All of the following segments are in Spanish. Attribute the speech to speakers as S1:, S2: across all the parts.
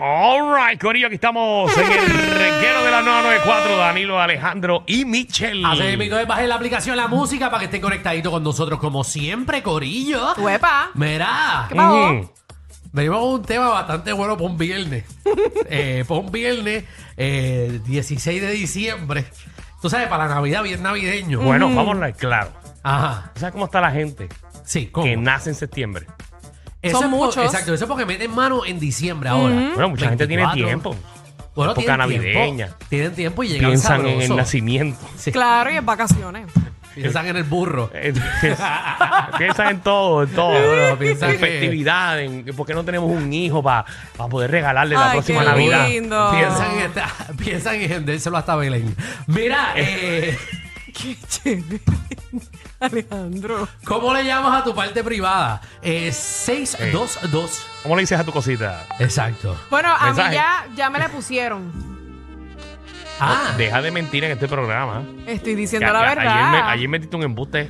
S1: All right, Corillo, aquí estamos en el reguero de la 994, Danilo, Alejandro y Michelle.
S2: Así mismo es, bajen la aplicación La Música para que estén conectaditos con nosotros como siempre, Corillo.
S3: ¡Huepa!
S2: Mira,
S3: ¿Qué pasó?
S1: Ujú.
S2: venimos con un tema bastante bueno para un viernes. eh, para un viernes, eh, 16 de diciembre. Tú sabes, para la Navidad, bien navideño.
S1: Bueno, vamos a claro.
S2: Ajá.
S1: ¿Sabes cómo está la gente
S2: Sí, ¿cómo?
S1: que nace en septiembre?
S2: Eso
S3: Son
S2: es por-
S3: muchos.
S2: Exacto, eso es porque meten mano en diciembre ahora.
S1: Bueno, mucha gente tiene
S2: 24.
S1: tiempo.
S2: Bueno,
S1: Época
S2: tienen
S1: navideña.
S2: Tiempo, tienen tiempo y llegan
S1: Piensan en el
S2: sabrosos.
S1: nacimiento.
S2: Sí,
S3: Claro, y en vacaciones.
S2: Piensan en el burro.
S1: Eh, Entonces, piensan en todo, en todo.
S2: Bueno, piensan
S1: en
S2: que-
S1: festividad, en por qué no tenemos un hijo para poder regalarle la
S3: Ay,
S1: próxima
S3: qué
S1: Navidad.
S3: lindo.
S2: Eh, Piensan en, esta- piensan en vendérselo hasta Belén. Mira, eh,
S3: ¡Qué chévere! Alejandro.
S2: ¿cómo le llamas a tu parte privada? Eh, 622.
S1: ¿Cómo le dices a tu cosita?
S2: Exacto.
S3: Bueno, a mí
S1: Mensaje.
S3: ya, ya me la pusieron.
S2: Ah,
S1: Deja de mentir en este programa.
S3: Estoy diciendo
S1: Ya-
S3: la
S1: ya-
S3: verdad.
S1: Ayer, me- ayer metiste un embuste.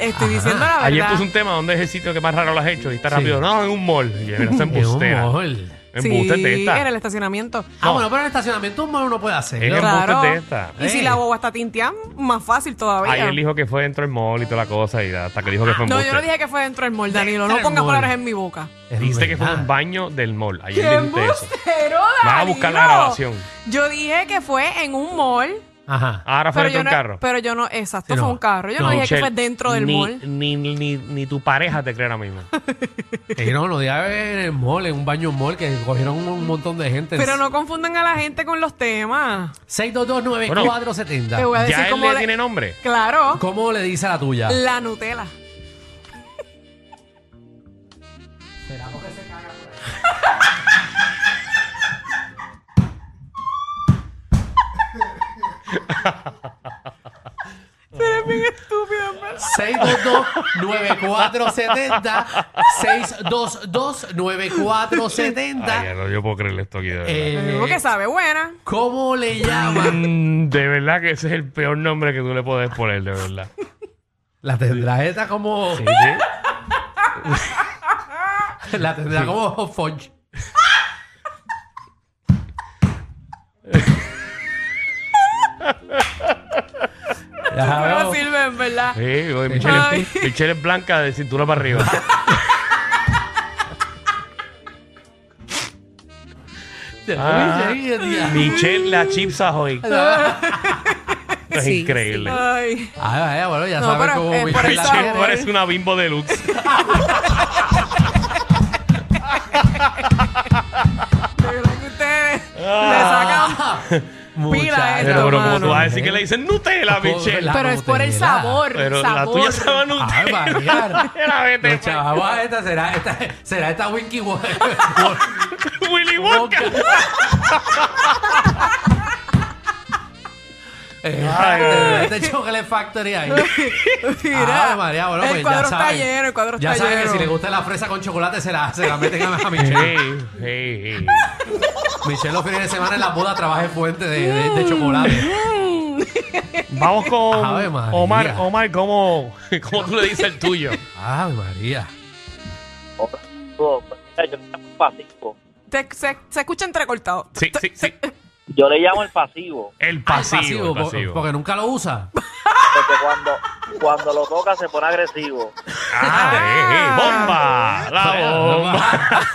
S3: Estoy diciendo la verdad.
S1: Ayer puse un tema donde es el sitio que más raro lo has hecho y está
S2: Sí.
S1: rápido. No, en un mall. Y era esa
S2: es un
S1: embustera.
S2: mall.
S1: Embuste
S3: sí,
S1: testa.
S3: en el estacionamiento.
S2: Ah, bueno, pero en el estacionamiento un mall no puede hacer.
S1: Es
S2: ¿no?
S1: embuste
S3: Claro.
S1: testa.
S3: Y si
S2: Eh.
S3: la boba está tinteando, más fácil todavía.
S1: Ayer dijo que fue dentro del mall y toda la cosa y hasta que dijo que fue
S3: no,
S1: embuste.
S3: yo no dije que fue dentro del mall,
S2: Dentro
S3: Danilo. No
S2: del
S3: pongas
S2: mall.
S3: palabras en mi boca.
S2: Es
S1: Dijiste que fue
S2: verdad.
S1: un baño del mall. Ayer
S3: ¡Qué
S1: dijiste eso.
S3: embustero,
S1: Vas a buscar la
S3: Danilo!
S1: grabación.
S3: Yo dije que fue en un mall.
S2: Ajá.
S1: Ahora fue dentro
S3: Pero yo,
S1: de
S3: no,
S1: un carro.
S3: pero yo no, exacto,
S2: Sí, no.
S3: fue un carro. Yo no,
S2: No,
S3: dije que
S1: Michelle,
S3: fue dentro del
S1: ni,
S3: mall.
S1: Ni, ni, ni tu pareja te cree ahora mismo.
S2: Eh, no, lo diga en el mall, en un baño mall que cogieron un, un montón de gente.
S3: Pero no confundan a la gente con los temas.
S2: 6229470.
S3: Te voy a decir
S1: Ah, ¿Ya él
S3: cómo
S1: le
S3: le-
S1: tiene nombre?
S3: Claro,
S2: ¿Cómo le dice a la tuya?
S3: la Nutella. Será porque se caga. Eres bien estúpido,
S2: 622-9470.
S1: Ay,
S2: 622-9470.
S1: ya no, yo puedo creerle esto aquí de verdad.
S2: Eh,
S3: Porque sabe buena.
S2: ¿Cómo le llaman?
S1: Mm, de verdad que ese es el peor nombre que tú le puedes poner, de verdad.
S2: La tendrá esta como.
S1: Sí, sí.
S2: La tendrá como Fudge. Ya
S3: No
S2: veo.
S3: sirve, en verdad.
S1: Sí, oye, Michelle,
S3: Ay.
S1: Michelle es blanca de cintura para arriba.
S2: Te lo
S1: Ah.
S2: dije, dije, dije.
S1: Michelle la chipsa hoy. es
S3: Sí,
S1: increíble.
S3: Ay.
S2: Ah, vaya, bueno, ya
S3: No,
S2: sabes
S3: pero,
S2: cómo
S3: eh,
S2: me
S3: por
S2: hice
S3: eso-
S2: la-
S1: Michelle, tú eres una bimbo de luz.
S3: De verdad que ustedes
S1: Ah.
S3: le sacan
S2: Muchacho.
S3: Pero,
S1: Pero, pero como tú vas a decir
S2: Gente.
S1: que le dicen Nutella,
S2: Pobre
S1: Michelle.
S2: la-
S3: Pero es por el
S2: Nutella.
S3: sabor.
S1: Pero la
S3: sabor.
S1: tuya se llama
S2: Ay,
S1: Nutella.
S2: María.
S1: Era vete,
S2: Los chavos, esta será esta, será esta Winky Wo-
S1: pues. Willy Wonka.
S2: Eh,
S1: Ay,
S2: eh, Este Chocolate Factory ahí.
S3: Mira,
S2: Ay, María, bueno,
S3: el
S2: pues ya
S3: cuadro está
S2: saben.
S3: lleno, el cuadro
S2: Ya
S3: está
S2: saben que
S3: lleno.
S2: si le gusta la fresa con chocolate, se la, se la meten a a Michelle.
S1: Hey, hey, hey.
S2: Michelle los fines de semana en la boda trabaja en fuente de, de- de chocolate.
S1: Vamos con
S2: Ave María.
S1: Omar. Omar, ¿cómo, ¿cómo tú le dices el tuyo?
S2: Ay, María.
S4: Yo, yo le llamo el pasivo.
S3: Te- se, se escucha entrecortado.
S1: Sí, sí, sí.
S4: Yo le llamo el pasivo,
S1: El
S2: Ay,
S1: pasivo.
S2: po-
S1: el pasivo.
S2: Porque nunca lo usa.
S4: porque cuando, cuando lo toca se pone agresivo.
S1: Ah, eh, eh, bomba. La bomba.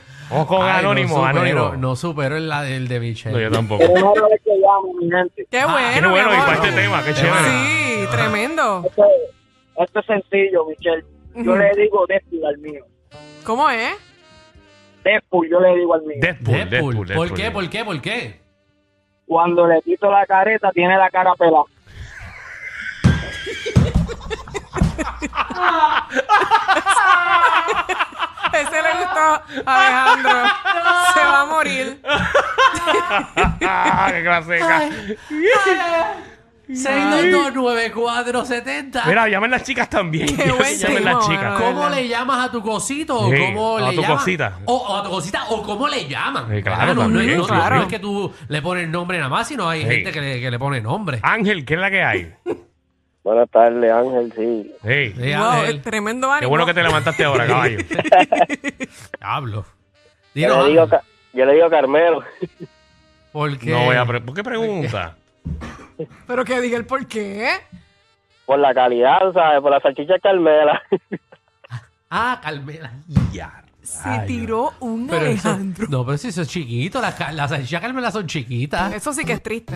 S1: Vamos con
S2: Ay, no
S1: Anónimo,
S2: supero-
S1: Anónimo.
S2: No, supero el, la- el de Michelle.
S1: No, yo tampoco.
S4: Es la primera vez que llamo, mi gente.
S3: Qué
S2: Ah,
S3: Eh, bueno.
S1: Qué bueno,
S3: mi
S1: y
S3: amor.
S1: para este tema, qué
S2: Sí.
S1: chévere.
S3: Sí, tremendo.
S4: Esto, esto es sencillo, Michelle. Yo
S3: Ujú.
S4: le digo Deadpool al mío.
S3: ¿Cómo es?
S4: Deadpool, yo le digo al mío.
S1: Deadpool,
S2: Deadpool.
S1: Deadpool,
S2: ¿Por
S1: Deadpool.
S2: qué? ¿Por qué? ¿Por qué?
S4: Cuando le quito la careta, tiene la cara pelada.
S3: Ese le gustó a Alejandro. Se va a morir.
S1: Ah, qué clase de ca-
S2: 6229470.
S1: Mira, llamen las chicas también.
S3: Qué buen
S1: llamen las
S3: timo,
S1: chicas.
S3: mano.
S2: ¿Cómo le llamas a tu cosito? ¿O
S1: Sí,
S2: ¿Cómo
S1: a
S2: le
S1: tu
S2: llamas?
S1: cosita.
S2: O, o a tu cosita, o cómo le llaman.
S1: Sí, claro,
S2: no, no,
S1: también,
S2: no,
S1: sí,
S2: no
S3: claro.
S2: es que tú le pones nombre nada más, sino hay
S1: Sí. Ah,
S2: gente que le, que le pone nombre.
S1: Ángel, ¿qué es la que hay?
S4: Buenas tardes, Ángel, sí.
S1: Hey,
S2: Sí,
S3: Wow,
S1: este-
S2: Ángel.
S3: es tremendo ánimo.
S1: qué bueno que te levantaste ahora, caballo.
S2: Diablo.
S4: Yo
S2: eh, Dilo,
S4: le digo, ca- yo le digo Carmelo.
S2: porque
S1: No voy a pre- ¿Por qué pregunta?
S3: Pero que diga el por qué.
S4: Por la calidad, ¿sabes? Por la salchicha Carmela.
S2: Ah, Carmela.
S1: Ya.
S3: Se tiró un
S2: Pero eso-
S3: Alejandro.
S2: no, pero si eso es chiquito, las, ca- las salchichas Carmela son chiquitas.
S3: Eso sí que es triste.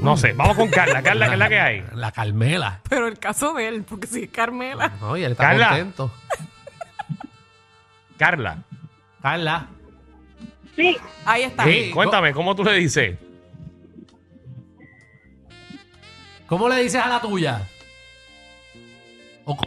S1: No sé, vamos con Carla. Carla, ¿qué es la que hay?
S2: La Carmela.
S3: Pero el caso de él, porque si es Carmela.
S2: No, y él está
S1: Carla.
S2: contento.
S1: Carla,
S2: Carla.
S4: Sí.
S3: Ahí está.
S2: Sí.
S1: cuéntame, ¿cómo tú le dices?
S2: ¿Cómo le dices a la tuya? O co-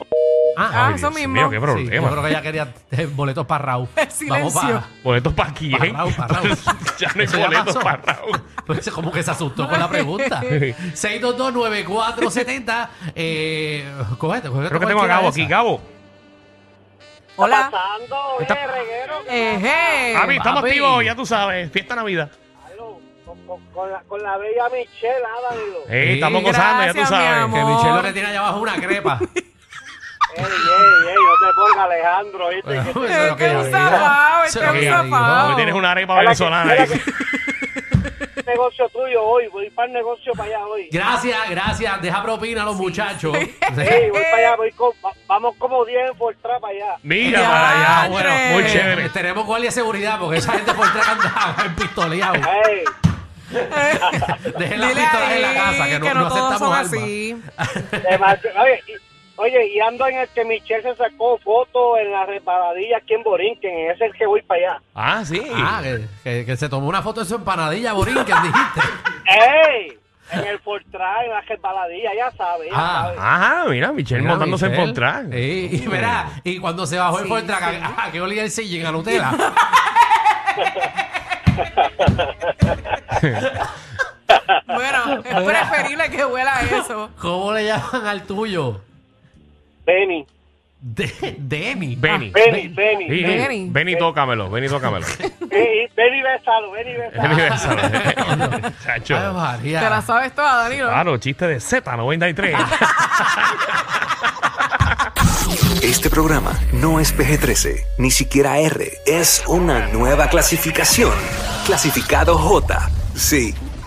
S3: Ah,
S2: ah,
S1: Ay,
S3: eso
S1: Dios
S3: mismo.
S1: mío, qué
S2: sí, yo creo
S1: problema.
S2: que ella quería eh, boletos para Raúl.
S3: El silencio.
S1: Por esto para quién.
S2: Para Raúl, para Raúl.
S1: ¿eh? ya no hay
S2: Eso ya
S1: boletos
S2: pasó.
S1: para Raúl.
S2: Pues como que se asustó con la pregunta. 6229470. Eh, cógete, cógete.
S1: Creo que tengo a Gabo aquí. Gabo,
S3: Hola. Eh,
S4: pasando,
S1: Está-
S4: reguero?
S3: Ejé.
S1: Javi, estamos
S2: papi.
S1: activos, ya tú sabes. Fiesta Navidad.
S4: Con, la, bella Michelle, háblalo.
S1: Ey,
S2: Sí,
S1: estamos gozando, ya tú
S3: gracias, mi
S1: sabes.
S3: amor.
S2: Que Michelle lo que tiene allá abajo es una crepa.
S4: Ey, ey, ey, no te ponga Alejandro, ¿viste?
S2: Bueno, eso
S3: Este
S2: lo que ella
S3: es un
S2: dijo.
S3: zafado,
S2: Eso
S3: este
S2: lo
S1: es
S2: que
S1: un
S2: ella
S3: zafado.
S2: dijo.
S1: Hoy tienes una arepa
S4: Mira que-
S1: venezolana.
S4: mira
S1: ahí.
S4: que- negocio tuyo hoy, voy para el negocio para allá hoy.
S2: Gracias, gracias. Deja propina a los muchachos.
S3: Eh,
S4: Ey, voy para allá, voy con- va- vamos como 10 en Fortra para allá.
S1: Mira
S3: Ya,
S1: para allá.
S3: bueno,
S1: Muy chévere.
S2: Tenemos guardia de seguridad porque esa gente por atrás andaba en pistoleado.
S4: Ey,
S2: Dejen las
S3: Dile
S2: pistolas en la
S3: ahí
S2: casa, que no, no
S3: todos son
S2: aceptamos armas.
S3: así.
S4: de más- oye, y, oye, y ando en el que Michelle se sacó foto en la reparadilla aquí en Borinquen, ese es el que voy para allá.
S1: Ah, sí.
S2: Ah, que, que- que se tomó una foto de su empanadilla, Borinquen, dijiste.
S4: ¡Ey! En el Fortra, en la reparadilla, ya sabes. ya
S2: Ah,
S4: sabes.
S1: Ajá, mira, Michelle
S2: Mira,
S1: montándose
S2: Michelle. Eh,
S1: en Fortran.
S2: Sí, y verá, y cuando se bajó el
S3: Sí,
S2: Fortran,
S3: sí.
S2: ah, que olía el sillín a Nutella.
S3: Bueno, es preferible que huela eso.
S2: ¿Cómo le llaman al tuyo?
S4: Benny,
S2: De- Demi. Ah,
S1: Benny.
S4: Benny,
S1: Sí,
S4: Benny.
S1: sí.
S4: Benny,
S1: Benny.
S3: Benny.
S1: tócamelo, Benny, tócamelo.
S4: Ey, Benny, besalo, Benny,
S1: Es
S4: besalo.
S1: universal.
S2: Ay,
S1: Chacho.
S2: María.
S3: Te la sabes toda, Danilo.
S2: Ah,
S1: Claro, chiste de Z93.
S5: Este programa no es PG-13, ni siquiera R. Es una nueva clasificación. Clasificado J. Sí.